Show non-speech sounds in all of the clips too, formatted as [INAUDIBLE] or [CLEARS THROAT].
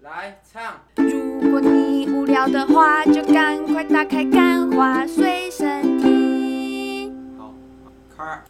来唱。如果你无聊的话，就赶快打开《干花随身听》。好，开。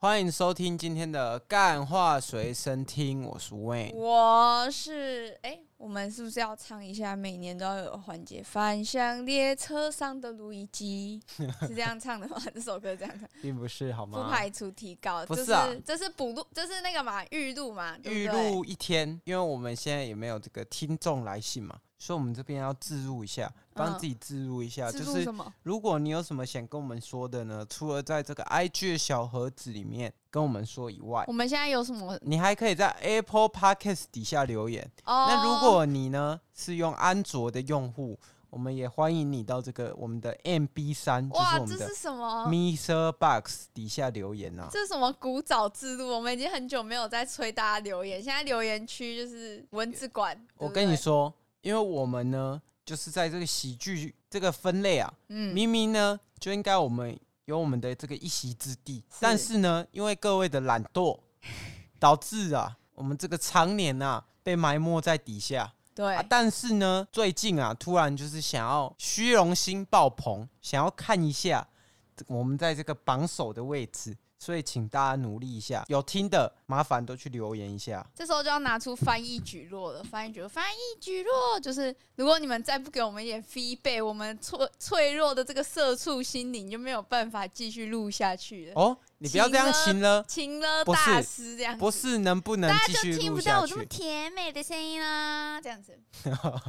欢迎收听今天的干话随身听，我是 Wayne。我是哎、我们是不是要唱一下？每年都要有环节，《返乡列车上的录音 [LAUGHS] 机》是这样唱的吗？这首歌这样 [LAUGHS] 唱，并不是好不吗？排除提高，不这是啊这是补录，这是那个嘛预录嘛，对预不对？录一天，因为我们现在也没有这个听众来信嘛，所以我们这边要置入一下，帮嗯自己置入一下，自就录是什么？如果你有什么想跟我们说的呢，除了在这个 IG 的小盒子里面跟我们说以外我，们现在有什么？你还可以在 Apple Podcast 底下留言。哦，那如果你呢是用安卓的用户，我们也欢迎你到这个我们的 MB 三，就是哦哇，我这们的是什么？ Mr. Box 底下留言啊呐、这是什么古早制度？我们已经很久没有在催大家留言，现在留言区就是文字馆。我对不跟你对，说，因为我们呢，就是在这个喜剧这个分类啊，嗯，明明呢就应该我们有我们的这个一席之地，但是呢，因为各位的懒惰，导致啊，我们这个常年啊被埋没在底下。对啊，，但是呢，最近啊，突然就是想要虚荣心爆棚，想要看一下这我们在这个榜首的位置，所以请大家努力一下。有听的麻烦都去留言一下。这时候就要拿出翻译举落了。翻译举落，翻译举落，就是如果你们再不给我们一点 feedback，我们脆脆弱的这个社畜心灵就没有办法继续录下去了。哦，你不要这样请行了，情了不是大师这样子，不是能不能大继家续就听录不到下我这么去？甜美的声音啦，这 [LAUGHS] 样子。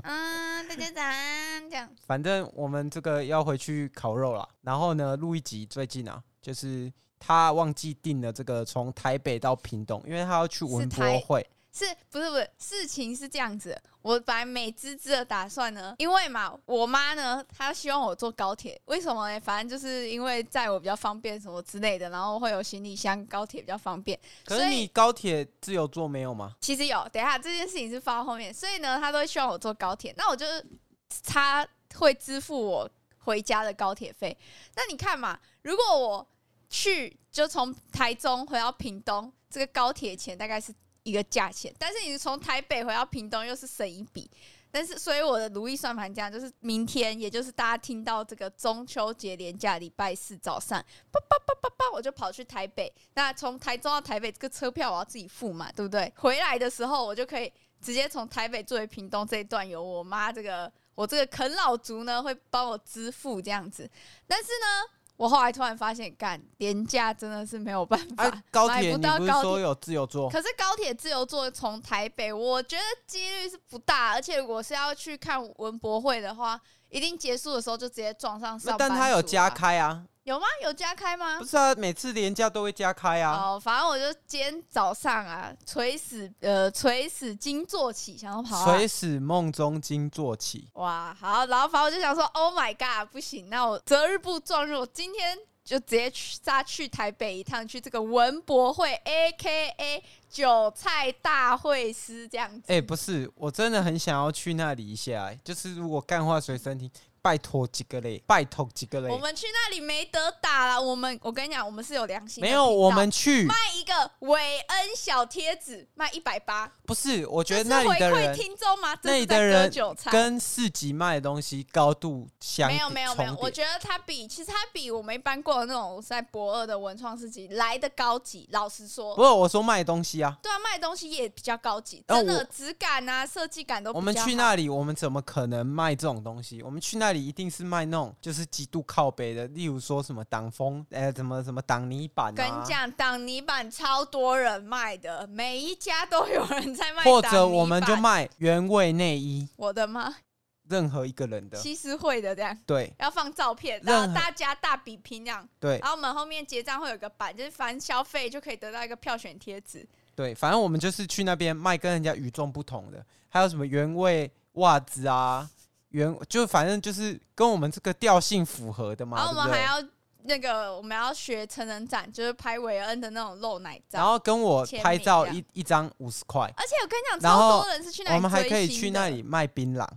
嗯，大家早安，这样。反正我们这个要回去烤肉了，然后呢，录一集最近啊，就是他忘记订了这个从台北到屏东，因为他要去文博会，是不是不是事情是这样子？我本来美滋滋的打算呢，因为嘛，我妈呢，她希望我坐高铁，为什么呢？反正就是因为载我比较方便什么之类的，然后会有行李箱，高铁比较方便。可是所以你高铁自由座没有吗？其实有，等一下这件事情是放到后面，所以呢，她都会希望我坐高铁，那我就是她会支付我回家的高铁费。那你看嘛，如果我去就从台中回到屏东，这个高铁钱大概是一个价钱，但是你从台北回到屏东又是省一笔。但是，所以我的如意算盘这样，就是明天，也就是大家听到这个中秋节连假礼拜四早上，叭叭叭叭叭，我就跑去台北。那从台中到台北这个车票我要自己付嘛，对不对？回来的时候我就可以直接从台北坐回屏东这一段，由我妈这个我这个啃老族呢会帮我支付这样子。但是呢，我后来突然发现，干廉价真的是没有办法，啊，高买铁不你到不是高说铁。有自由座？可是高铁自由坐从台北，我觉得几率是不大，而且如果是要去看文博会的话，一定结束的时候就直接撞上上那班但他有族啊加，开啊，有吗？有加开吗？不是啊，每次廉价都会加开啊。哦，反正我就今天早上啊，垂死呃垂死惊坐起，想要跑、啊。垂死梦中惊坐起，哇，好，然后反正我就想说，Oh my god，不行，那我择日不撞日，我今天就直接去杀去台北一趟，去这个文博会 A K A 韭菜大会师这样子。哎、不是，我真的很想要去那里一下、哎就是如果干话随身听，拜托几个嘞，拜托几个我嘞，们去那里没得打了，我们我跟你讲，我们是有良心的没频道。有，我们去卖一个韦恩小贴纸，卖一百八，不是，我觉这得是那回里的馈人，听众吗？这那是里在的割人韭菜。跟市集卖的东西高度相没有没有没有，重我叠觉得它比其实它比我们一般过的那种在博二的文创市集来的高级。老实不说，是我说卖东西啊，对啊，卖东西也比较高级，那真的我质感啊、设计感都比较我好。们去那里，我们怎么可能卖这种东西？我们去那里一定是卖那种就是极度靠北的，例如说什么挡风，呃，什么什么挡泥板跟啊你，讲，挡泥板超多人卖的，每一家都有人在卖。或者我们就，卖原味内衣，我的妈，任何一个人的，西施会的这样，对要放照片，任然后何哎大家大比拼这样。对然后我们后面结账会有一个板，就是凡消费就可以得到一个票选贴纸。对，反正我们就是去那边卖跟人家与众不同的，还有什么原味袜子啊，原就反正就是跟我们这个调性符合的嘛，然后对我不们还对？要那个，我们要学成人展，就是拍韦恩的那种露奶然照。后跟我签拍名照这样一一张五十块，而且我跟你讲，然超后多人是去那里我们还追可以星去的那里卖槟榔。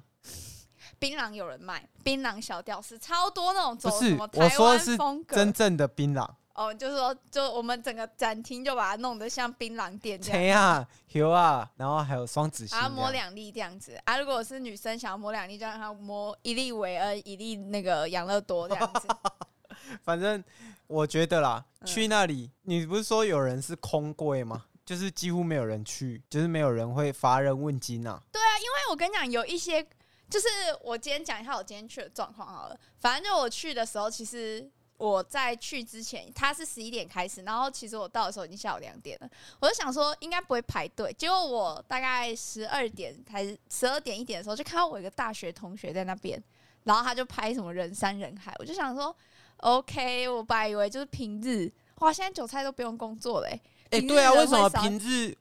槟榔有人卖，槟�什么槟榔小吊饰超多那种走不什是么，台我说湾的是风格， [LAUGHS] 真正的槟榔，哦，就是说，就我们整个展厅就把它弄得像槟榔店这样，谁啊？有啊，然后还有双子星把这它样，抹两粒这样子啊。如果我是女生想要抹两粒，就让她抹一粒维恩，一粒那个养乐多这样子。反正我觉得啦，嗯去那里，你不是说有人是空柜吗？就是几乎没有人去，就是没有人会乏人问津啊。因为我跟你讲，有一些就是我今天讲一下我今天去的状况好了。反正就我去的时候，其实我在去之前，他是十一点开始，然后其实我到的时候已经下午两点了。我就想说应该不会排队，结果我大概十二点还是十二点一点的时候，就看到我一个大学同学在那边，然后他就拍什么人山人海，我就想说 OK，我本来以为就是平日，哇，现在韭菜都不用工作欸嘞、哎、平日对啊，人为什么会少平日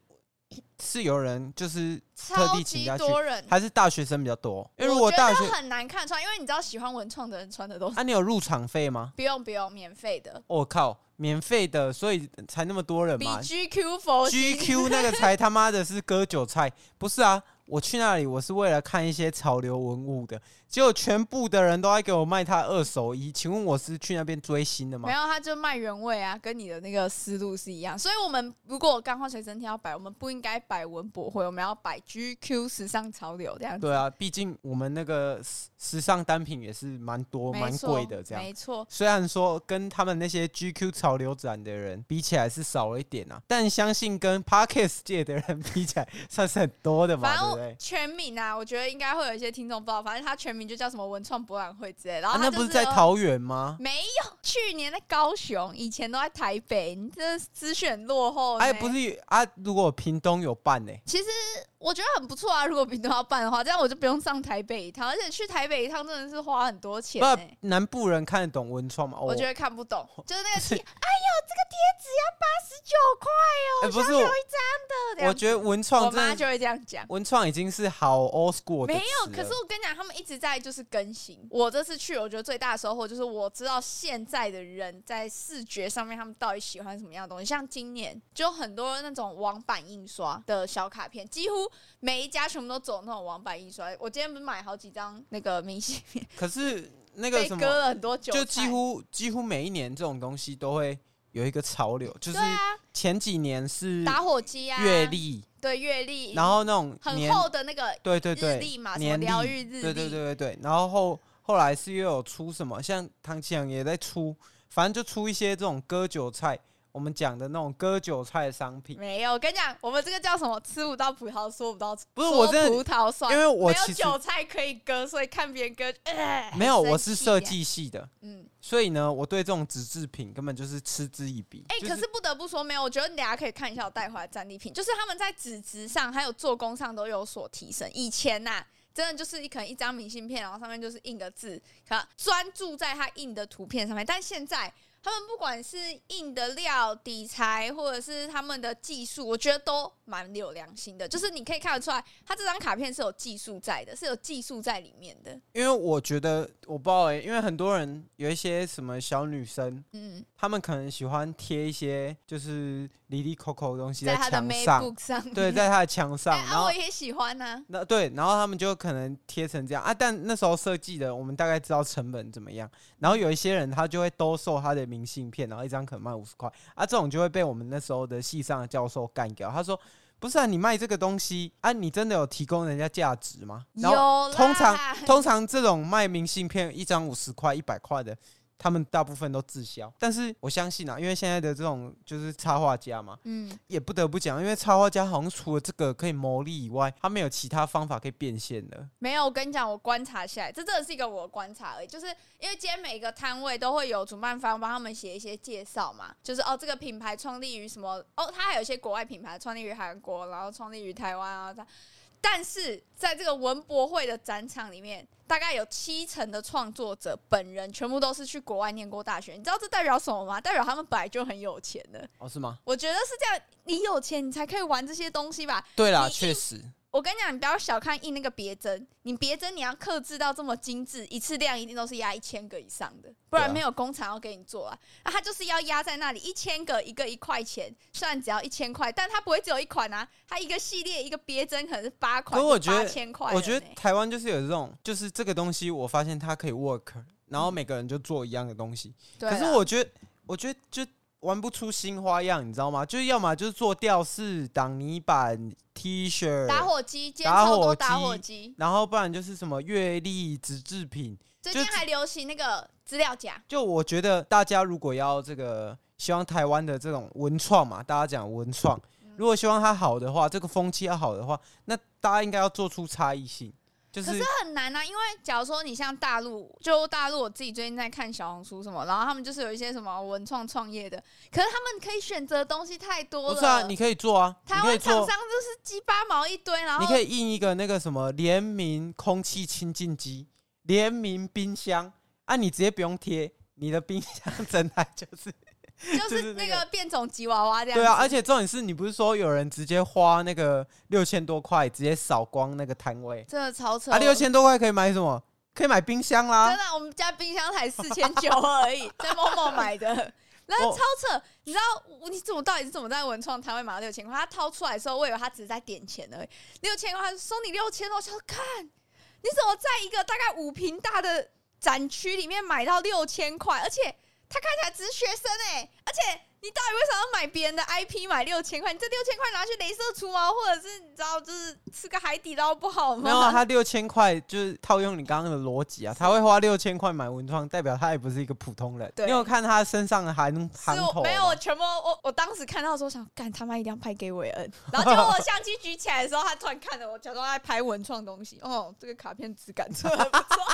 是有人就是特超地请级假去多人。还是大学生比较多？因为如我果觉大得学，很难看穿，因为你知道喜欢文创的人穿的都是啊，你有入场费吗？不用不用，免费的。我、靠，免费的，所以才那么多人比嘛。 GQ 佛系 GQ 那个才他妈的是割韭菜，不是啊！我去那里我是为了看一些潮流文物的，结果全部的人都在给我卖他二手衣，请问我是去那边追星的吗没？有，他就卖原味啊，跟你的那个思路是一样。所以，我们如果干花随身听要摆，我们不应该摆文博会，我们要摆 GQ 时尚潮流这样子。对啊，毕竟我们那个时时尚单品也是蛮多没哦蛮错，贵的这样。没错。虽然说跟他们那些 GQ 潮流展的人比起来是少了一点啊，但相信跟 Parkes 界的人比起来算是很多的嘛，反对不正对？全名啊，我觉得应该会有一些听众不知道，反正他全名就叫什么文创博览会之类的。然啊后、他那就哦不是在有桃园吗？没有，去年在高雄，以前都在台北，你这资讯很落后呢。哎，不是啊，如果屏东有办呢、其实我觉得很不错啊，如果屏东要办的话，这样我就不用上台北一趟，而且去台北一趟真的是花很多钱、欸。不，南部人看得懂文创吗？哦哦我觉得看 [LAUGHS] 不懂，就是那个是贴，哎呦，这个贴纸要八十九块哎哦，不小是小我一张的这样子。我觉得文我创妈真的就会这样讲。文创已经是好 old school 的没有，词可是了我跟你讲，他们一直在就是更新。我这次去，我觉得最大的收获就是我知道现在的人在视觉上面他们到底喜欢什么样的东西。像今年就很多那种网版印刷的小卡片，几乎每一家全部都走那种网版印刷。我今天不是买好几张那个明信片，可是那个被什割么，了很多韭菜，就几乎几乎每一年这种东西都会有一个潮流，就是对啊，前几年是打火机啊，月历，对月历，然后那种很年厚的那个对对日对历嘛，什么年历疗愈日历，对对对对对，然后后后来是又有出什么，像唐奇阳也在出，反正就出一些这种割韭菜，我们讲的那种割韭菜的商品。没有，我跟你讲，我们这个叫什么？吃不到葡萄说不到，不是说我真的葡萄酸，因为我没有其实韭菜可以割，所以看别人割，呃、没有，很生我是气设耶，计系的，嗯，所以呢，我对这种纸制品根本就是嗤之以鼻。哎、就可是不得不说，没有，我觉得你等下可以看一下我带回来的战利品，就是他们在纸质上还有做工上都有所提升。以前呐、真的就是一可能一张明信片，然后上面就是印个字，可能专注在它印的图片上面。但现在他们不管是印的料、底材，或者是他们的技术，我觉得都蛮有良心的。就是你可以看得出来，它这张卡片是有技术在的，是有技术在里面的。因为我觉得我不知道哎、因为很多人有一些什么小女生，嗯，她们可能喜欢贴一些就是里里扣扣的东西在它的墙上， MacBook 上面，对， [LAUGHS] 在她的墙上，哎、然啊，后我也喜欢呐、那对，然后他们就可能贴成这样啊。但那时候设计的，我们大概知道成本怎么样。然后有一些人他就会兜售他的明信片，然后一张可能卖五十块啊，这种就会被我们那时候的系上的教授干掉。他说：“不是啊，你卖这个东西啊，你真的有提供人家价值吗？”然后有啦，通常通常这种卖明信片一张五十块、一百块的。他们大部分都滞销，但是我相信啊，因为现在的这种就是插画家嘛，嗯。也不得不讲，因为插画家好像除了这个可以牟利以外，他没有其他方法可以变现的。没有，我跟你讲，我观察下来，这真的是一个我的观察而已。就是因为今天每一个摊位都会有主办方帮他们写一些介绍嘛，就是哦，这个品牌创立于什么？哦，它还有一些国外品牌创立于韩国，然后创立于台湾啊。它但是在这个文博会的展场里面，大概有七成的创作者本人全部都是去国外念过大学。你知道这代表什么吗？代表他们本来就很有钱的。哦，是吗？我觉得是这样，你有钱你才可以玩这些东西吧？对啦，你确实，我跟你讲，你不要小看印那个别针，你别针你要克制到这么精致，一次量一定都是压一千个以上的，不对然啊没有工厂要给你做啊。那、它就是要压在那里，一千个一个一块钱，虽然只要一千块，但它不会只有一款啊，它一个系列一个别针可能是八款，可是我觉得八千块了呢，我觉得台湾就是有这种，就是这个东西，我发现它可以 work，然后每个人就做一样的东西。对啊，可是我觉得，我觉得就玩不出新花样，你知道吗？就是要么就是做吊饰、挡泥板、T 恤，打火机，今天打超多火打火机机，然后不然就是什么阅历、纸制品。最就近还流行那个资料夹，就我觉得大家如果要这个，希望台湾的这种文创嘛，大家讲文创，嗯如果希望它好的话，这个风气要好的话，那大家应该要做出差异性，就可是是很难啊，因为假如说你像大陆，就大陆我自己最近在看小红书什么，然后他们就是有一些什么文创创业的，可是他们可以选择的东西太多不了。是啊？你可以做啊，你台可以湾厂做商，就是鸡巴毛一堆，然你后可以印一个那个什么联名空气清净机、联名冰箱啊，你直接不用贴，你的冰箱整台就是就就是是那那个变种吉娃娃这样子。对啊，而且重点是你不是说有人直接花那个六千多块直接扫光那个摊位？真的超扯。啊，六千多块可以买什么？可以买冰箱真啦。的，我们家冰箱才四千九 [LAUGHS] 而已，在某某买的。然后哦超扯，你知道我你怎么到底是怎么在文创摊位买到六千块？他掏出来的时候，我以为他只是在点钱而已，六千块他就收你六千，我想说看你怎么在一个大概五平大的展区里面买到六千块，而且他看起来只是学生哎、而且你到底为什么要买别人的 IP 买六千块？你这六千块拿去镭射除毛，或者是你知道就是吃个海底捞不好吗？没有啊，他六千块就是套用你刚刚的逻辑啊，他会花六千块买文创，代表他也不是一个普通人。对你有看他身上的行是行我头没有，吗我全部我我当时看到的时候想，干他妈一定要拍给韦恩， [LAUGHS] 然后结果我相机举起来的时候，他突然看着我，假装在拍文创东西。哦，这个卡片质感真的不 [LAUGHS] 错，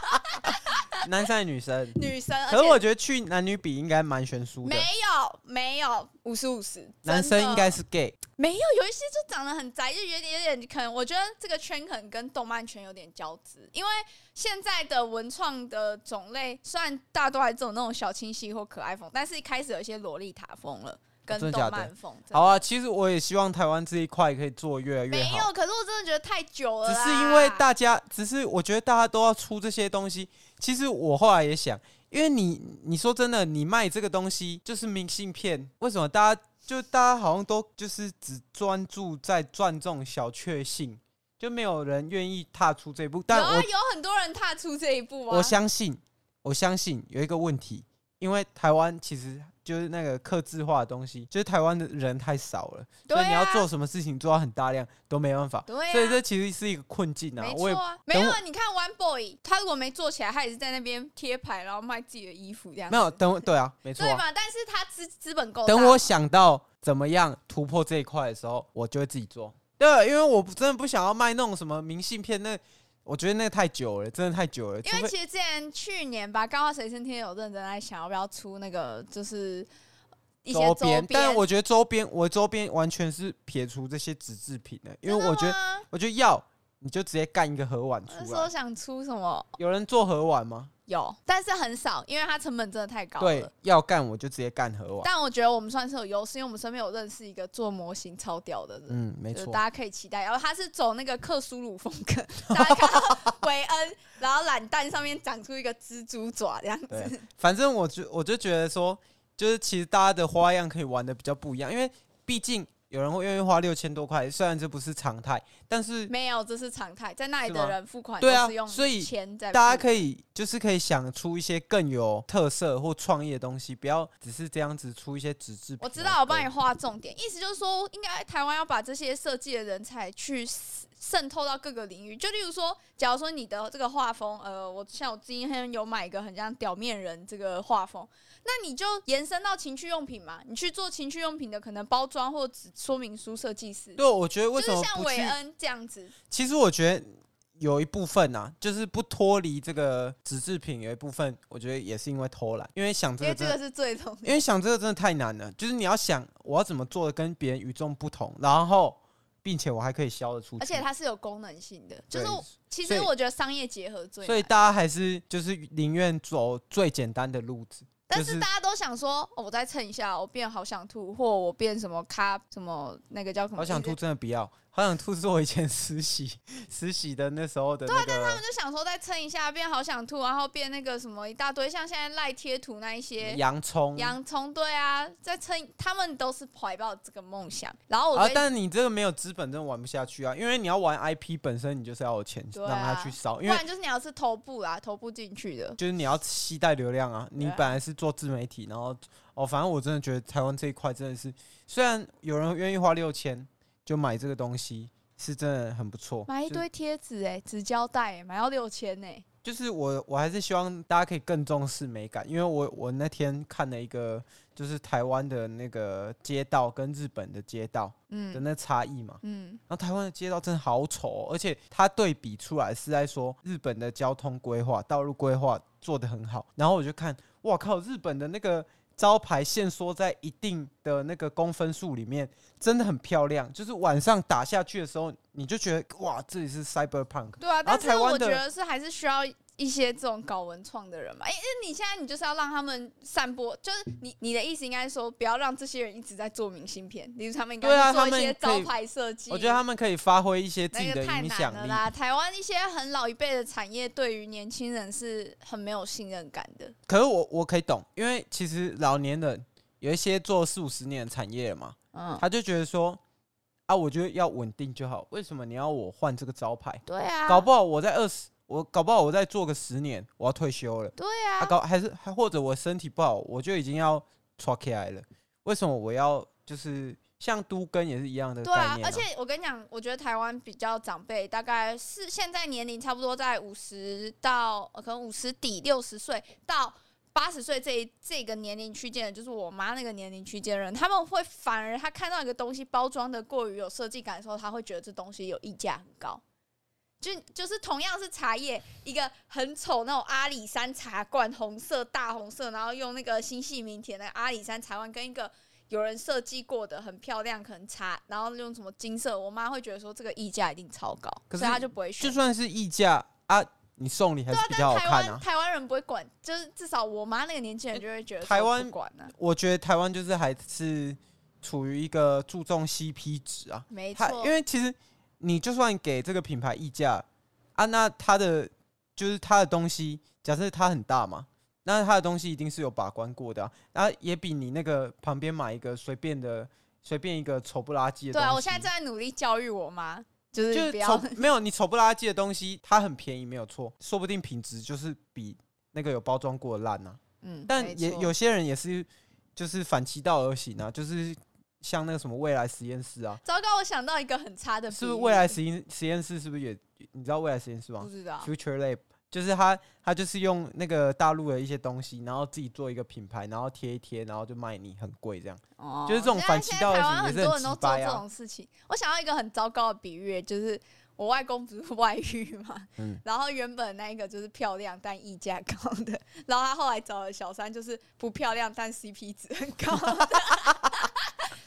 男生还是女生？女生，而可是我且觉得去男女比应该蛮悬殊的没，有没有五十五十，50, 男生应该是 gay，没有，有一些就长得很宅，就有点有点可能，我觉得这个圈可能跟动漫圈有点交织，因为现在的文创的种类虽然大家都还走那种小清新或可爱风，但是一开始有一些萝莉塔风了，跟哦真的动假的漫风。真的好啊。其实我也希望台湾这一块可以做越来越没好，有，可是我真的觉得太久了只啦，是因为大家，只是我觉得大家都要出这些东西。其实我后来也想，因为你你说真的，你卖这个东西就是明信片，为什么大家就大家好像都就是只专注在赚这种小确幸，就没有人愿意踏出这一步？但有啊我，有很多人踏出这一步啊。我相信，我相信有一个问题，因为台湾其实就是那个克制化的东西，就是台湾的人太少了，对所以你要啊做什么事情做到很大量都没办法。对啊所以这其实是一个困境啊！没我错也啊，没等有我啊。你看 One Boy，他如果没做起来，他也是在那边贴牌，然后卖自己的衣服这样子。没有等我对啊，没错对啊、嘛？但是他资资本够大嘛。等我想到怎么样突破这一块的时候，我就会自己做。对，因为我不真的不想要卖那种什么明信片，那我觉得那太久了，真的太久了。除因为非其实之前去年吧，刚好随身听有认真在想要不要出那个，就是一些边边，，但我觉得周边，我周边完全是撇除这些纸制品的，因为我觉得，得我觉得要你就直接干一个盒碗那出时候来。想出什么有人做盒碗吗？有，但是很少，因为它成本真的太高了对。，要干我就直接干盒碗。但我觉得我们算是有优势，因为我们身边有认识一个做模型超屌的人，嗯，没就错。大家可以期待。然后他是走那个克苏鲁风 [LAUGHS] 格，大家看到韦恩，然后懒蛋上面长出一个蜘蛛爪这样对 [LAUGHS] 子。反正我就我就觉得说，就是其实大家的花样可以玩的比较不一样，因为毕竟有人会愿意花六千多块，虽然这不是常态，但是没有，这是常态，在那里是的吗人付款对啊都是用所以钱在付。大家可以就是可以想出一些更有特色或创意的东西，不要只是这样子出一些纸质品来我勾。知道，我帮你画重点，意思就是说，应该台湾要把这些设计的人才去渗透到各个领域。就例如说，假如说你的这个画风，呃，我像我今天有买一个很像表面人这个画风，那你就延伸到情趣用品嘛，你去做情趣用品的可能包装或者说明书设计师，对，我觉得为就什么是像呃不去韦？恩这样子，其实我觉得有一部分啊，就是不脱离这个纸制品，有一部分我觉得也是因为偷懒，因为想这因个为这真的个是最 [LAUGHS] 重因要。为想这个真的太难了，就是你要想我要怎么做的跟别人与众不同，然后并且我还可以销得出去，而且它是有功能性的，就是对我其所实以我觉得商业结合最所以难。大家还是就是宁愿走最简单的路子，但就是是大家都想说，哦、我再蹭一下，我变好想吐，或我变什么咖什么那个叫什么？好想吐，真的不要，好想吐，是我以前实习 [LAUGHS] 实习的那时候的那我个就想说再撑一下，变好想吐，然后变那个什么一大堆，像现在赖贴图那一些洋葱。洋葱，对啊，再撑，他们都是怀抱这个梦想。然后我啊跟，但你这个没有资本，真的玩不下去啊！因为你要玩 IP 本身，你就是要有钱、对让啊他去烧，不因为然就是你要是头部啦，头部进去的，就是你要期待流量啊。你对啊本来是做自媒体，然后哦，反正我真的觉得台湾这一块真的是，虽然有人愿意花六千就买这个东西，是真的很不错。买一就堆贴纸哎，纸胶带欸买到六千哎，就是我我还是希望大家可以更重视美感，因为我我那天看了一个就是台湾的那个街道跟日本的街道的嗯那差异嘛，嗯，然后台湾的街道真的好丑、哦，而且它对比出来是在说日本的交通规划、道路规划做得很好。然后我就看，哇靠，日本的那个招牌限缩在一定的那个公分数里面，真的很漂亮。就是晚上打下去的时候，你就觉得哇，这里是 cyberpunk。对啊。然后但是台湾我的觉得是还是需要。一些这种搞文创的人嘛，因因为你现在你就是要让他们散播，就是你你的意思应该说不要让这些人一直在做明信片，例如他们应该对啊去做他们一些可招以牌设计。我觉得他们可以发挥一些自己那的个太影难响了力。啦！台湾一些很老一辈的产业，对于年轻人是很没有信任感的。可是我我可以懂，因为其实老年人有一些做四五十年的产业了嘛，嗯，他就觉得说啊，我觉得要稳定就好，为什么你要我换这个招牌？对啊，搞不好我在二十，我搞不好我再做个十年，我要退休了。对啊，啊，搞还是还或者我身体不好，我就已经要抓起来了。为什么我要就是像都根也是一样的对概啊。念、而且我跟你讲，我觉得台湾比较长辈，大概是现在年龄差不多在五十到呃可能五十底六十岁到。八十岁这一这个年龄区间的，就是我妈那个年龄区间的人，他们会反而他看到一个东西包装的过于有设计感的时候，他会觉得这东西有溢价很高。就就是同样是茶叶，一个很丑那种阿里山茶罐，红色大红色，然后用那个星系名填的阿里山茶罐，跟一个有人设计过的很漂亮，可能茶，然后用什么金色，我妈会觉得说这个溢价一定超高，可是所以她就不会就选。算是溢价啊，你送礼还是比较好台看湾、啊。台湾人不会管，就是至少我妈那个年轻人就会觉得台湾说不管啊，我觉得台湾就是还是处于一个注重 CP 值啊，没它错，因为其实你就算给这个品牌溢价啊，那它的就是它的东西，假设它很大嘛，那它的东西一定是有把关过的啊，那也比你那个旁边买一个随便的随便一个丑不拉几的东对西，啊，我现在正在努力教育我妈，就就是不是要丑没有你丑不拉几的东西，它很便宜没有错，说不定品质就是比那个有包装过的烂啊。嗯，没但也错有些人也是就是反其道而行啊，就是像那个什么未来实验室啊，糟糕，我想到一个很差的比喻，是不是未来实验实验室是不是也你知道未来实验室不吗知道， ？Future Lab 就是他他就是用那个大陆的一些东西，然后自己做一个品牌，然后贴一贴，然后就卖你很贵这样。哦就是这种反其道而现在行台湾很多人都做也是很鸡掰这啊种事情。我想要一个很糟糕的比喻，就是我外公不是外遇嘛， [LAUGHS] 嗯然后原本那一个就是漂亮但溢价高的，然后他后来找了小三，就是不漂亮但 CP 值很高的。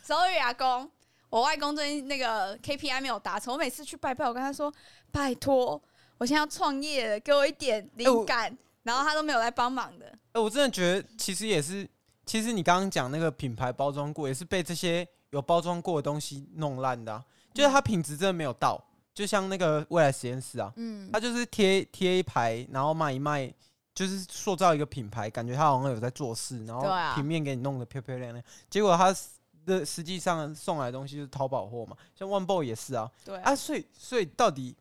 Sorry，阿公。我外公最近那个 KPI 没有达成，我每次去拜拜，我跟他说：“拜托，我现在要创业了，给我一点哎我灵感。然后他都没有来帮忙的。哎、我真的觉得其实也是，其实你刚刚讲那个品牌包装过，也是被这些有包装过的东西弄烂的啊、就是它品质真的没有到，就像那个未来实验室啊，嗯，他就是贴贴一排，然后卖一卖，就是塑造一个品牌，感觉他好像有在做事，然后对啊平面给你弄得漂漂亮亮。结果他的实际上送来的东西就是淘宝货嘛，像万宝也是啊，对啊，所以所以到底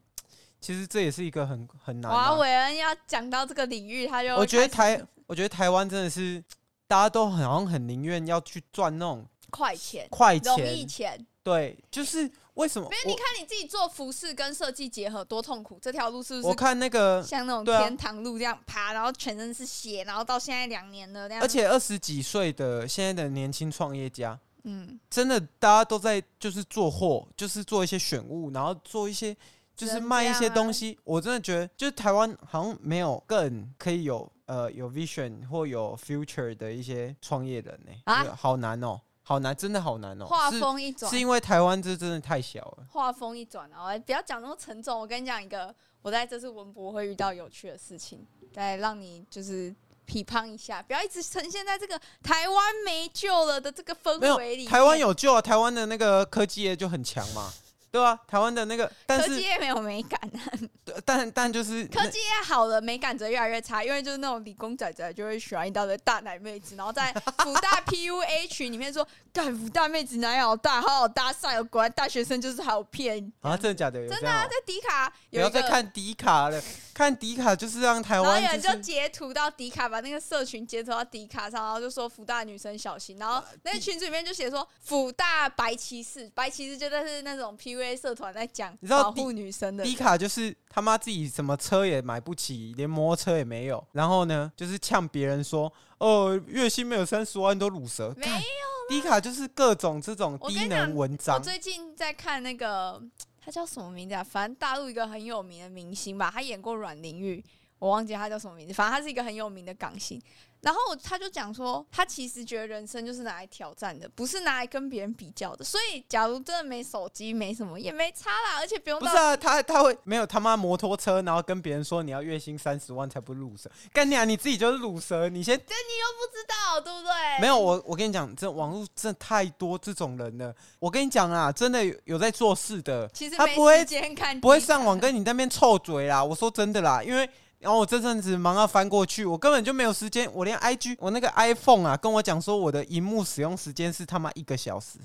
其实这也是一个很很难、华啊。为恩要讲到这个领域，他就我觉得开始台，我觉得台湾真的是大家都很好像很宁愿要去赚那种快钱、快容易钱，钱，对，就是为什么因为我你看你自己做服饰跟设计结合多痛苦，这条路是不我是看那个像那种对啊天堂路这样爬，然后全身是血，然后到现在两年了，那样而且二十几岁的现在的年轻创业家，嗯，真的大家都在就是做货，就是做一些选物，然后做一些就只是能卖一这些样啊东西。我真的觉得，就是台湾好像没有更可以有呃有 vision 或有 future 的一些创业人呢、啊就是好难哦、好难，真的好难哦、画是风一是转，因为台湾这真的太小了。画风一转，然后哎不要讲那么沉重。我跟你讲一个，我在这次文博会遇到有趣的事情，来让你就是。批判一下，不要一直呈现在这个台湾没救了的这个氛没有围里面。 [LAUGHS] 台湾有救啊，台湾的那个科技业就很强嘛。对啊，台湾的那个，但科技是业没有美感啊，但但就是科技业好了，美感则越来越差，因为就是那种理工仔仔就会喜欢一大堆大奶妹子，然 [LAUGHS] 后在福大 PUA 群里面说，干福大妹子哪有好大，好好搭讪哦，果然大学生就是好骗。啊，真的假的？有真这的样啊，哦在迪卡不有要一再个看迪卡了，看迪卡就是让台然后湾有人就就是截图到迪卡，把那个社群截图到迪卡上，然后就说福大女生小心。然啊后那个群组里面就写说福大白骑士，白骑士就在是那种 PUA 社团在讲你知道保迪护女生的迪卡就是他妈自己什么车也买不起，连摩托车也没有，然后呢，就是呛别人说，哦，月薪没有三十万都卤蛇。没干迪卡就是各种这种我跟低你讲能文我章，最近在看那个，他叫什么名字啊？反正大陆一个很有名的明星吧，他演过阮玲玉，我忘记他叫什么名字。反正他是一个很有名的港星。然后他就讲说，他其实觉得人生就是拿来挑战的，不是拿来跟别人比较的。所以，假如真的没手机，没什么也没差啦，而且不用不到是啊，他他会没有他妈摩托车，然后跟别人说你要月薪三十万才不卤蛇，干你啊，你自己就是卤蛇，你先不知道，对不对？没有我，我跟你讲，这网络真的太多这种人了。我跟你讲啊，真的有有在做事的，其实他没不会时间看，啊不会上网跟你在那边臭嘴啦。我说真的啦，因为然后我这阵子忙到翻过去，我根本就没有时间。我连 IG 我那个 iPhone 啊，跟我讲说我的荧幕使用时间是他妈一个小时，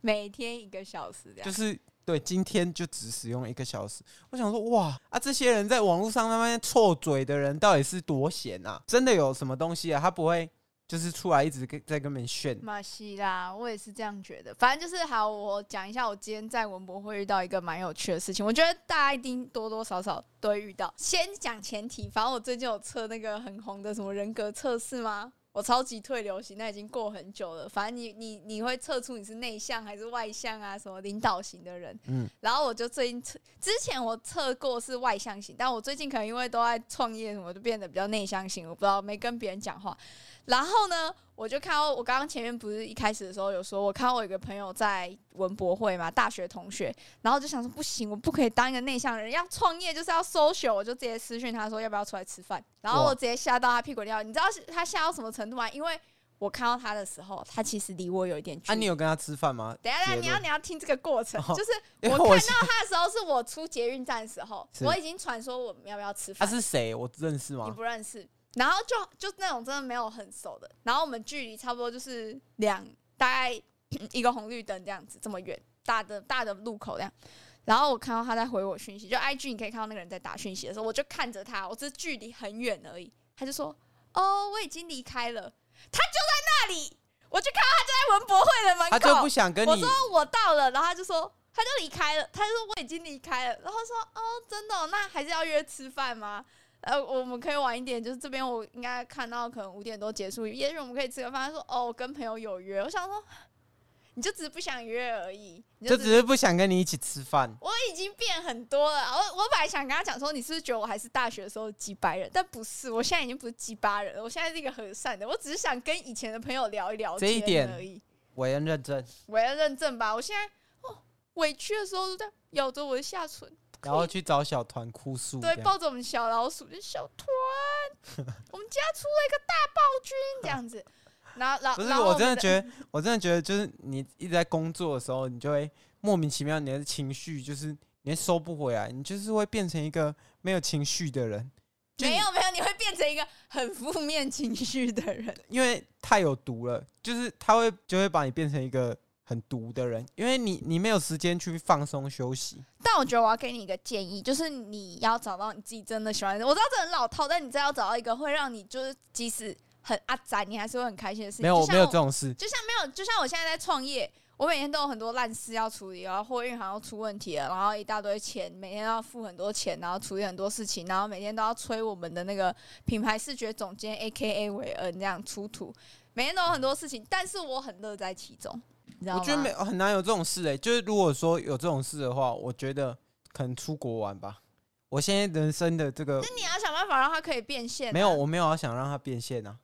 每天一个小时这样就。是对，今天就只使用一个小时。我想说，哇啊，这些人在网络上那边臭嘴的人到底是多闲啊？真的有什么东西啊？他不会就是出来一直跟在跟别人炫马西啦，我也是这样觉得。反正就是好，我讲一下我今天在文博会遇到一个蛮有趣的事情，我觉得大家一定多多少少都会遇到。先讲前提，反正我最近有测那个很红的什么人格测试吗？我超级退流行，那已经过很久了。反正你你你会测出你是内向还是外向啊，什么领导型的人。嗯然后我就最近测，之前我测过是外向型，但我最近可能因为都在创业什么，就变得比较内向型。我不知道没跟别人讲话。然后呢，我就看到我刚刚前面不是一开始的时候有说，我看到我有一个朋友在文博会嘛，大学同学，然后就想说不行，我不可以当一个内向的人，要创业就是要 social，我就直接私讯他说要不要出来吃饭，然后哇我直接吓到他屁股尿，你知道是他吓到什么程度吗？因为我看到他的时候，他其实离我有一点距啊，离。你有跟他吃饭吗？等一下，等一结下，你要论你要听这个 [LAUGHS] 过程，哦就是因我为看到我是他的时候，是我出捷运站的时候，是我已经传说我们要不要吃他饭，是谁？我认识你吗？不认识，然后就就那种真的没有很熟的，然后我们距离差不多就是两大概 [CLEARS THROAT] 一个红绿灯这样子这么远，大的大的路口这样。然后我看到他在回我讯息，就 IG 你可以看到那个人在打讯息的时候，我就看着他，我只是距离很远而已，他就说：“哦，我已经离开了。”他就在那里，我就看到他就在文博会的门他口，就不想跟我你说，我到了，然后他就说他就离开了，他就说我已经离开了，然后说哦，真的哦、那还是要约吃饭吗？呃，我们可以晚一点，就是这边我应该看到可能五点多结束，也许我们可以吃个饭。他说哦，我跟朋友有约，我想说你就只是不想约而已，你就只只是是不想跟你一起吃饭。我已经变很多了。我我本来想跟他讲说，你是不是觉得我还是大学的时候的鸡掰人？但不是，我现在已经不是鸡巴人了，我现在是一个和善的，我只是想跟以前的朋友聊一聊这一天点而已。我很认 [LAUGHS] 真，我要认证吧。我现在哦，委屈的时候都在咬着我的下唇，然后去找小团哭诉。对，这样抱着我们小老鼠，就小 [LAUGHS] 团，我们家出了一个大暴君这样子。然后，然后，不是，然后我真的得，觉得，我真的觉得，就是你一直在工作的时候，你就会莫名其妙，你的情绪就是你会收不回来，你就是会变成一个没有情绪的人。就你没有没有，你会变成一个很负面情绪的人。因为太有毒了，就是他会就会把你变成一个很毒的人，因为你你没有时间去放松休息。但我觉得我要给你一个建议，就是你要找到你自己真的喜欢的。我知道这很老套，但你真的要找到一个会让你就是即使很阿宅，你还是会很开心的事情。没有，就我像没有这种事。就像没有，就像我现在在创业，我每天都有很多烂事要处理，然后货运好像出问题了，然后一大堆钱，每天要付很多钱，然后处理很多事情，然后每天都要催我们的那个品牌视觉总监 A K A 韦恩这样出图，每天都有很多事情，但是我很乐在其中，你知道我吗？觉得没很难有这种事哎、就是如果说有这种事的话，我觉得可能出国玩吧。我现在人生的这个那你要想办法让它可以变现、啊没有，。我没有要想让它变现啊，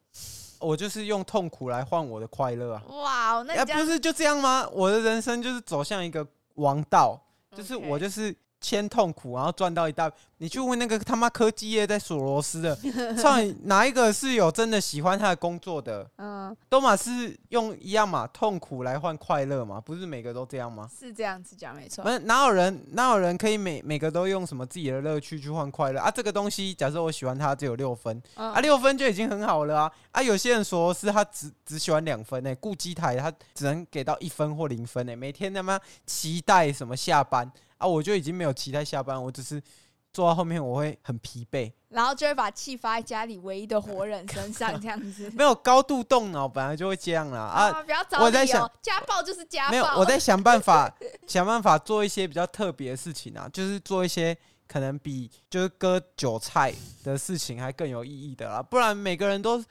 我就是用痛苦来换我的快乐啊。哇，哦那哎、你这不样是就这样吗？我的人生就是走向一个王道，就是 OK 我就是先痛苦，然后赚到一大。你去问那个他妈科技业在索罗斯 [LAUGHS] 的，操你哪一个是有真的喜欢他的工作的？嗯，都嘛是用一样嘛，痛苦来换快乐嘛，不是每个都这样吗？是这样子讲没错不。是哪有人哪有人可以每每个都用什么自己的乐趣去换快乐啊？这个东西，假设我喜欢它只有六分嗯啊，六分就已经很好了啊啊！有些人索罗斯他只只喜欢两分呢、顾机台他只能给到一分或零分呢、每天他妈期待什么下班啊，我就已经没有期待下班，我只是做到后面我会很疲惫，然后就会把气发在家里唯一的活人身 [LAUGHS] 上，这样子。没有高度动脑本来就会这样啦啊。啊，不要找我在理由想，家暴就是家暴。没有，我在想办 [LAUGHS] 法，想办法做一些比较特别的事情啊，就是做一些可能比就是割韭菜的事情还更有意义的啦。不然每个人都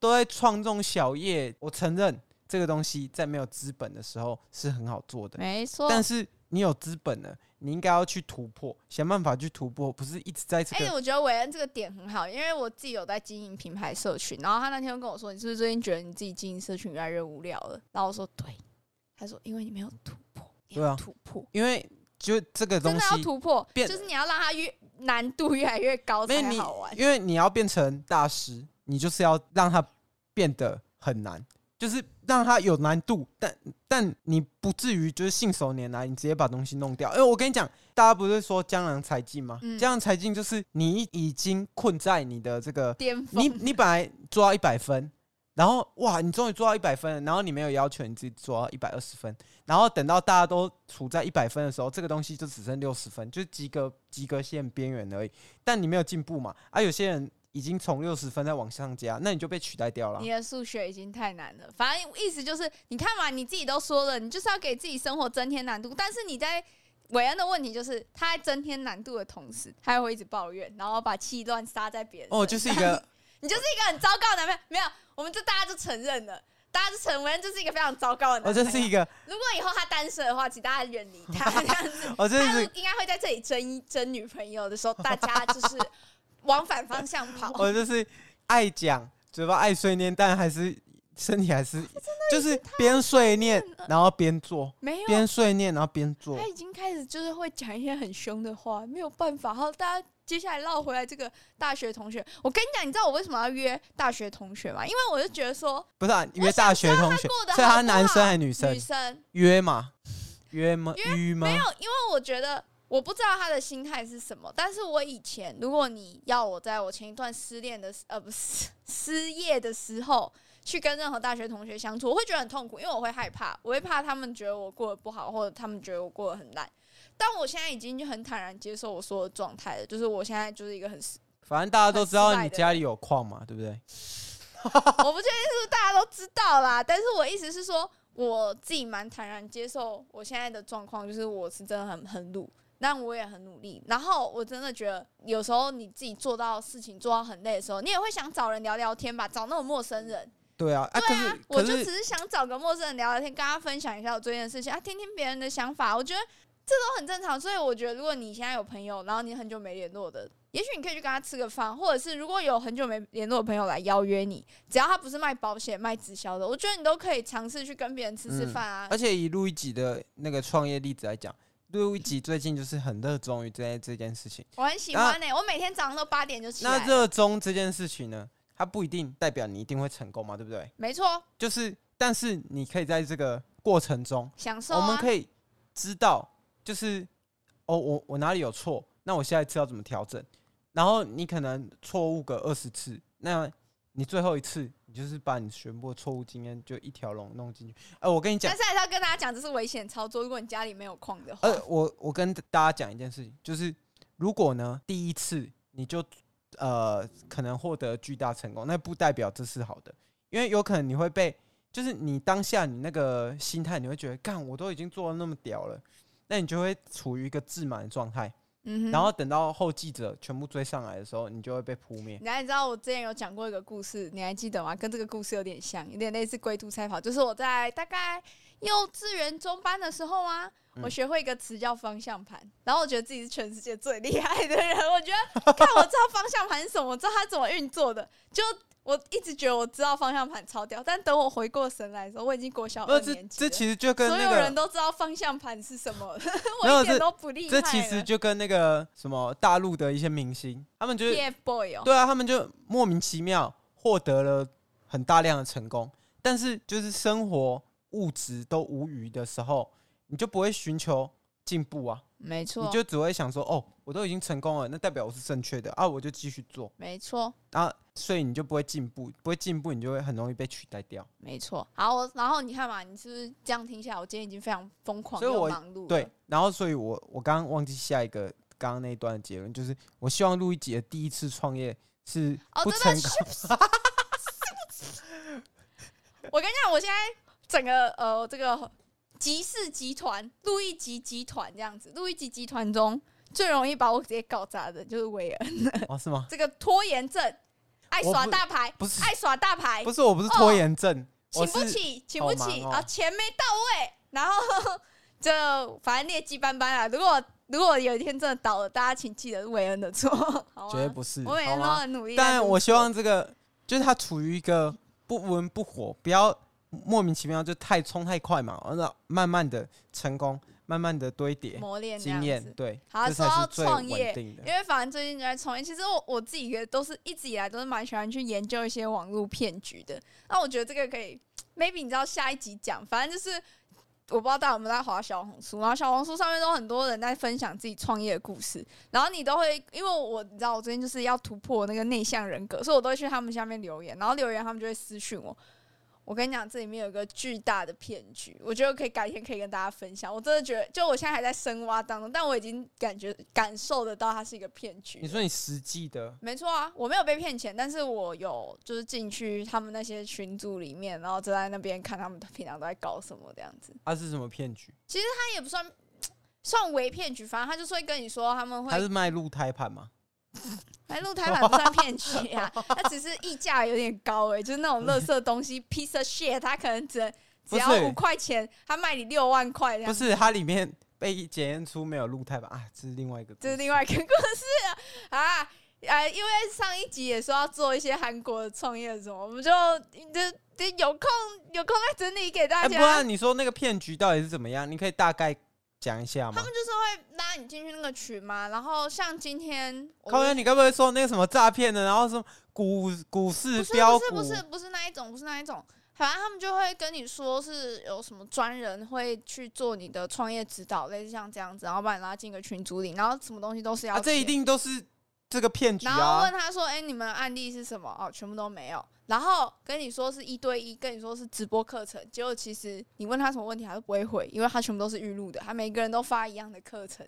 都在创这种小业，我承认这个东西在没有资本的时候是很好做的，没错但是你有资本了，你应该要去突破，想办法去突破，不是一直在这哎、个。我觉得韦恩这个点很好，因为我自己有在经营品牌社群，然后他那天就跟我说：“你是不是最近觉得你自己经营社群越来越无聊了？”然后我说：“对。”他说：“因为你没有突破，你对要啊突破，因为就这个真东的西要突破，变就是你要让它越难度越来越高没有才你好玩。”因为你要变成大师，你就是要让它变得很难，就是让它有难度，但但你不至于就是信手拈来，你直接把东西弄掉。因为我跟你讲，大家不是说江郎才尽吗？嗯江郎才尽就是你已经困在你的这个，巅峰你你本来做到一百分。然后哇，你终于做到一百分了，然后你没有要求你自己做到一百二十分，然后等到大家都处在一百分的时候，这个东西就只剩六十分，就是及格及格线边缘而已。但你没有进步嘛？啊，有些人已经从六十分再往上加，那你就被取代掉了啊你。的数学已经太难了。反正意思就是，你看嘛，你自己都说了，你就是要给自己生活增添难度。但是你在韦恩的问题就是，他在增添难度的同时，他还会一直抱怨，然后把气乱撒在别人。哦，就是一个， [LAUGHS] 你就是一个很糟糕的男朋友。没有，我们这大家就承认了，大家就承认这是一个非常糟糕的哦，这男朋友。是一个，如果以后他单身的话，请大家远离 [LAUGHS] 他。这样子，哦，这他是，应该会在这里争一争女朋友的时候，大家就是往反方向跑。哦，这是爱讲，嘴巴爱碎念，但还是身体还是，就是边碎念然后边做，没有，哎边碎念然后边做他。已经开始就是会讲一些很凶的话，没有办法。好，大家接下来绕回来这个大学同学，我跟你讲，你知道我为什么要约大学同学吗？因为我就觉得说不是、啊、约大学同学过得，所以好他不男生好还女生女生约嘛？约吗？约吗没？有，因为我觉得。我不知道他的心态是什么，但是我以前，如果你要我在我前一段失恋的时呃不是失业的时候去跟任何大学同学相处，我会觉得很痛苦，因为我会害怕，我会怕他们觉得我过得不好，或者他们觉得我过得很烂。但我现在已经很坦然接受我所有状态了，就是我现在就是一个很反正大家都知很失道败你的家里有矿嘛，对不对？ [LAUGHS] 我不确定是不是大家都知道啦，但是我意思是说，我自己蛮坦然接受我现在的状况，就是我是真的很很努，但我也很努力。然后我真的觉得，有时候你自己做到事情做到很累的时候，你也会想找人聊聊天吧，找那种陌生人。对啊，啊，可对啊是，我可就是只是想找个陌生人聊聊天，跟他分享一下我最近的事情啊，听听别人的想法，我觉得这都很正常。所以我觉得，如果你现在有朋友，然后你很久没联络的，也许你可以去跟他吃个饭，或者是如果有很久没联络的朋友来邀约你，只要他不是卖保险、卖直销的，我觉得你都可以尝试去跟别人吃吃饭啊。嗯而且以路易吉的那个创业例子来讲，路易吉最近就是很热衷于这这件事情。我很喜欢呢、我每天早上都八点就起那来了，热衷这件事情呢，它不一定代表你一定会成功嘛，对不对？没错，就是，但是你可以在这个过程中，享受、啊。我们可以知道，就是哦，我我哪里有错，那我下一次要怎么调整？然后你可能错误个二十次，那你最后一次，你就是把你全部的错误经验就一条龙弄进去。哎、我跟你讲但。是还是要跟大家讲，这是危险操作。如果你家里没有矿的话，呃，我我跟大家讲一件事情，就是如果呢第一次你就呃可能获得巨大成功，那不代表这是好的，因为有可能你会被，就是你当下你那个心态，你会觉得干我都已经做的那么屌了，那你就会处于一个自满的状态，嗯哼然后等到后继者全部追上来的时候，你就会被扑灭。 [LAUGHS] 你还知道我之前有讲过一个故事，你还记得吗？跟这个故事有点像，有点类似龟兔赛跑。就是我在大概幼稚园中班的时候啊，嗯我学会一个词叫方向盘，然后我觉得自己是全世界最厉害的人。我觉得看我知道方向盘是什么，我知道它怎么运作的，就我一直觉得我知道方向盘超屌，但等我回过神来的时候，我已经国小那二这年级这了。其实就跟所那有人个，都知道方向盘是什么，没有 [LAUGHS] 我一点这都不厉害这了。其实就跟那个什么大陆的一些明星，他们就是。 TFBOY 哦，对啊，他们就莫名其妙获得了很大量的成功，但是就是生活物质都无余的时候，你就不会寻求进步啊，没错你就只会想说，哦，我都已经成功了，那代表我是正确的啊，我就继续做没错，啊，所以你就不会进步，不会进步，你就会很容易被取代掉。没错。好，我然后你看嘛，你是不是这样听下来，我今天已经非常疯狂所以又我忙碌了。对，然后所以我我刚刚忘记下一个刚刚那一段的结论，就是我希望录一集的第一次创业是哦，不真成的功，是。我跟你讲，我现在整个呃这个集市集团、路易吉集团这样子，路易吉集团中最容易把我直接搞砸的就是威尔，哦是吗？这个拖延症，爱我耍不大牌，不是爱耍大牌不，是，我不是拖哎哦延症，请我不是。起，请好不忙起哦啊，钱没到位，然后这反正劣迹斑斑啊。如果如果有一天真的倒了，大家请记得是韦恩的错，好绝对吗？不是，我每好天都吗？很努力在工作，但我希望这个就是他处于一个不温不火，不要莫名其妙就太冲太快嘛，然后慢慢的成功，慢慢的堆叠磨练这样经验啊子，。对，好这说才到是最创业稳定的。因为反正最近就在创业，其实我我自己也都是一直以来都是蛮喜欢去研究一些网络骗局的。那我觉得这个可以，maybe 你知道下一集讲，反正就是我不知道大家有没有在滑小红书，然后小红书上面都很多人在分享自己创业的故事，然后你都会因为我你知道我最近就是要突破那个内向人格，所以我都会去他们下面留言，然后留言他们就会私讯我。我跟你讲，这里面有一个巨大的骗局，我觉得可以改天可以跟大家分享。我真的觉得，就我现在还在深挖当中，但我已经感觉感受得到它是一个骗局了。你说你实际的，没错啊，我没有被骗钱，但是我有就是进去他们那些群组里面，然后就在那边看他们平常都在搞什么这样子。它是什么骗局？他也不算算为骗局，反正他就是会跟你说他们它会是卖鹿胎盘吗？哎露台版不算骗局啊， [LAUGHS] 那只是溢价有点高哎、就是那种垃圾东西 piece of shit，他可能只能只不是要五块钱，他卖你六万块这不样。是，它里面被检验出没有鹿胎盘啊，这是另外一个故事。这是另外一个故事啊 [LAUGHS] 啊！啊，因为上一集也说要做一些韩国的创业什么，我们就就就有空有空再整理给大哎，家。不然你说那个骗局到底是怎么样？你可以大概讲一下吗他？们就是会拉你进去那个群嘛，然后像今天我靠们边，你该不会说那个什么诈骗的，然后什么股股市不是标不股是？不是不是那一种，不是那一种，反正他们就会跟你说是有什么专人会去做你的创业指导，类似像这样子，然后把你拉进一个群组里，然后什么东西都是要啊，这一钱定都是这个骗局然后啊问！他说：“哎、你们案例是什么？”哦，全部都没有。然后跟你说是一对一，跟你说是直播课程，结果其实你问他什么问题，他都不会回，因为他全部都是预录的，他每个人都发一样的课程，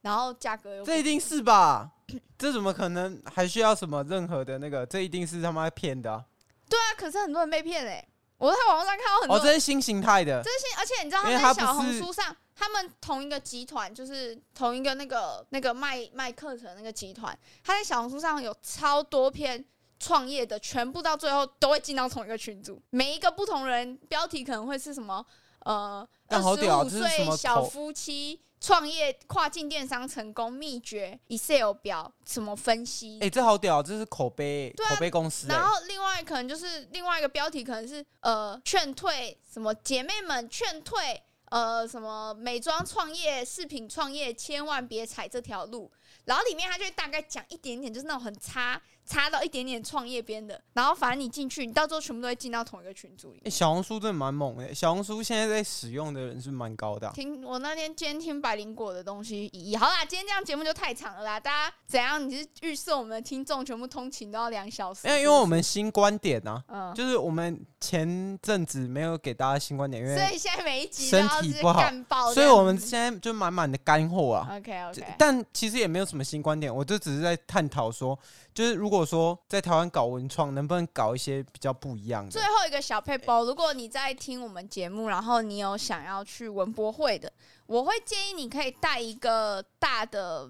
然后价格又不这一定是吧？这怎么可能还需要什么任何的那个？这一定是他妈骗的啊、对啊，可是很多人被骗哎、我在网络上看到很多哦，这是新形态的，这些，而且你知道他因们为在他小不红是书上，他们同一个集团，就是同一个那个那个卖卖课程的那个集团，他在小红书上有超多篇创业的，全部到最后都会进到同一个群组，每一个不同人标题可能会是什么呃，二但好十屌啊五这是什岁么小口夫妻。创业跨境电商成功秘诀，Excel 表怎么分析？哎、这好屌，这是口碑、对啊口碑公司、欸然。后另外可能就是另外一个标题，可能是呃劝退什么姐妹们劝退呃什么美妆创业、饰品创业，千万别踩这条路。然后里面他就会大概讲一点点，就是那种很差差到一点点创业边的。然后反正你进去，你到最后全部都会进到同一个群组里哎、。小红书真的蛮猛的、欸小红书现在在使用的人是蛮高的啊、听我那天今天听百灵果的东西一一，好啦，今天这样节目就太长了啦。大家怎样？你是预设我们的听众全部通勤都要两小时？没有，因为我们新观点啊，嗯，就是我们前阵子没有给大家新观点，因所为以现在每一集都要身体是不好干爆这所样子，以我们现在就满满的干货啊。 OK 这 OK，但其实也没有什么新观点，我就只是在探讨说，就是如果说在台湾搞文创，能不能搞一些比较不一样的最？后一个小配包，如果你在听我们节目，然后你有想要去文博会的，我会建议你可以带一个大的，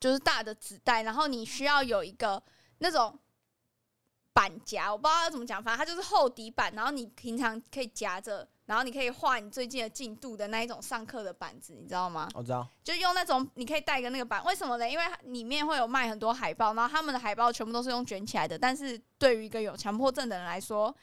就是大的纸袋，然后你需要有一个那种板夹，我不知道要怎么讲，反正它就是厚底板，然后你平常可以夹着。然后你可以画你最近的进度的那一种上课的板子，你知道吗？我知道，就用那种你可以带一个那个板，为什么呢？因为它里面会有卖很多海报，然后他们的海报全部都是用卷起来的，但是对于一个有强迫症的人来说，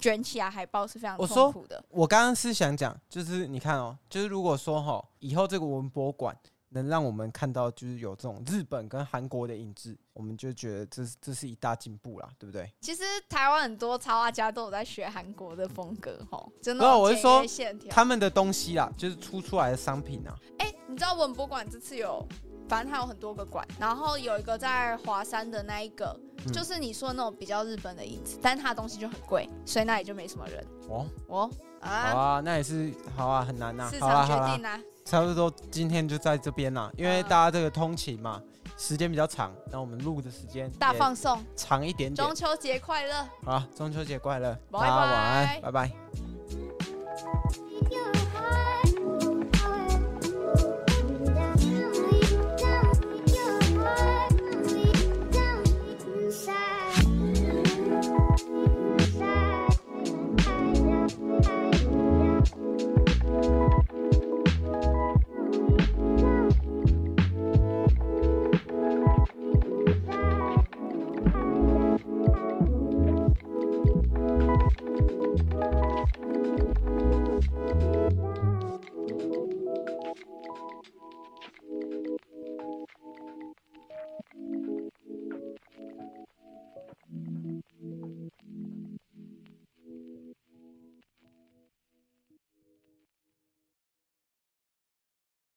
卷起来海报是非常我说痛苦的。我刚刚是想讲，就是你看哦，就是如果说哈，以后这个文博馆能让我们看到，就是有这种日本跟韩国的影子，我们就觉得这是这是一大进步啦，对不对？其实台湾很多插画家都有在学韩国的风格，吼，真的。不是我是说线条。他们的东西啦，就是出出来的商品啊，哎、你知道文博馆这次有，反正它有很多个馆，然后有一个在华山的那一个，嗯就是你说那种比较日本的影子，但它的东西就很贵，所以那里就没什么人。哦，哦啊好，啊，那也是好啊，很难呐、市好啦好场决啦定，啊。差不多今天就在这边啦，因为嗯大家这个通勤嘛，时间比较长，那我们录的时间大也放送，长一点点中。秋节快乐。好啦，中秋节快乐，拜大家晚拜安，拜拜。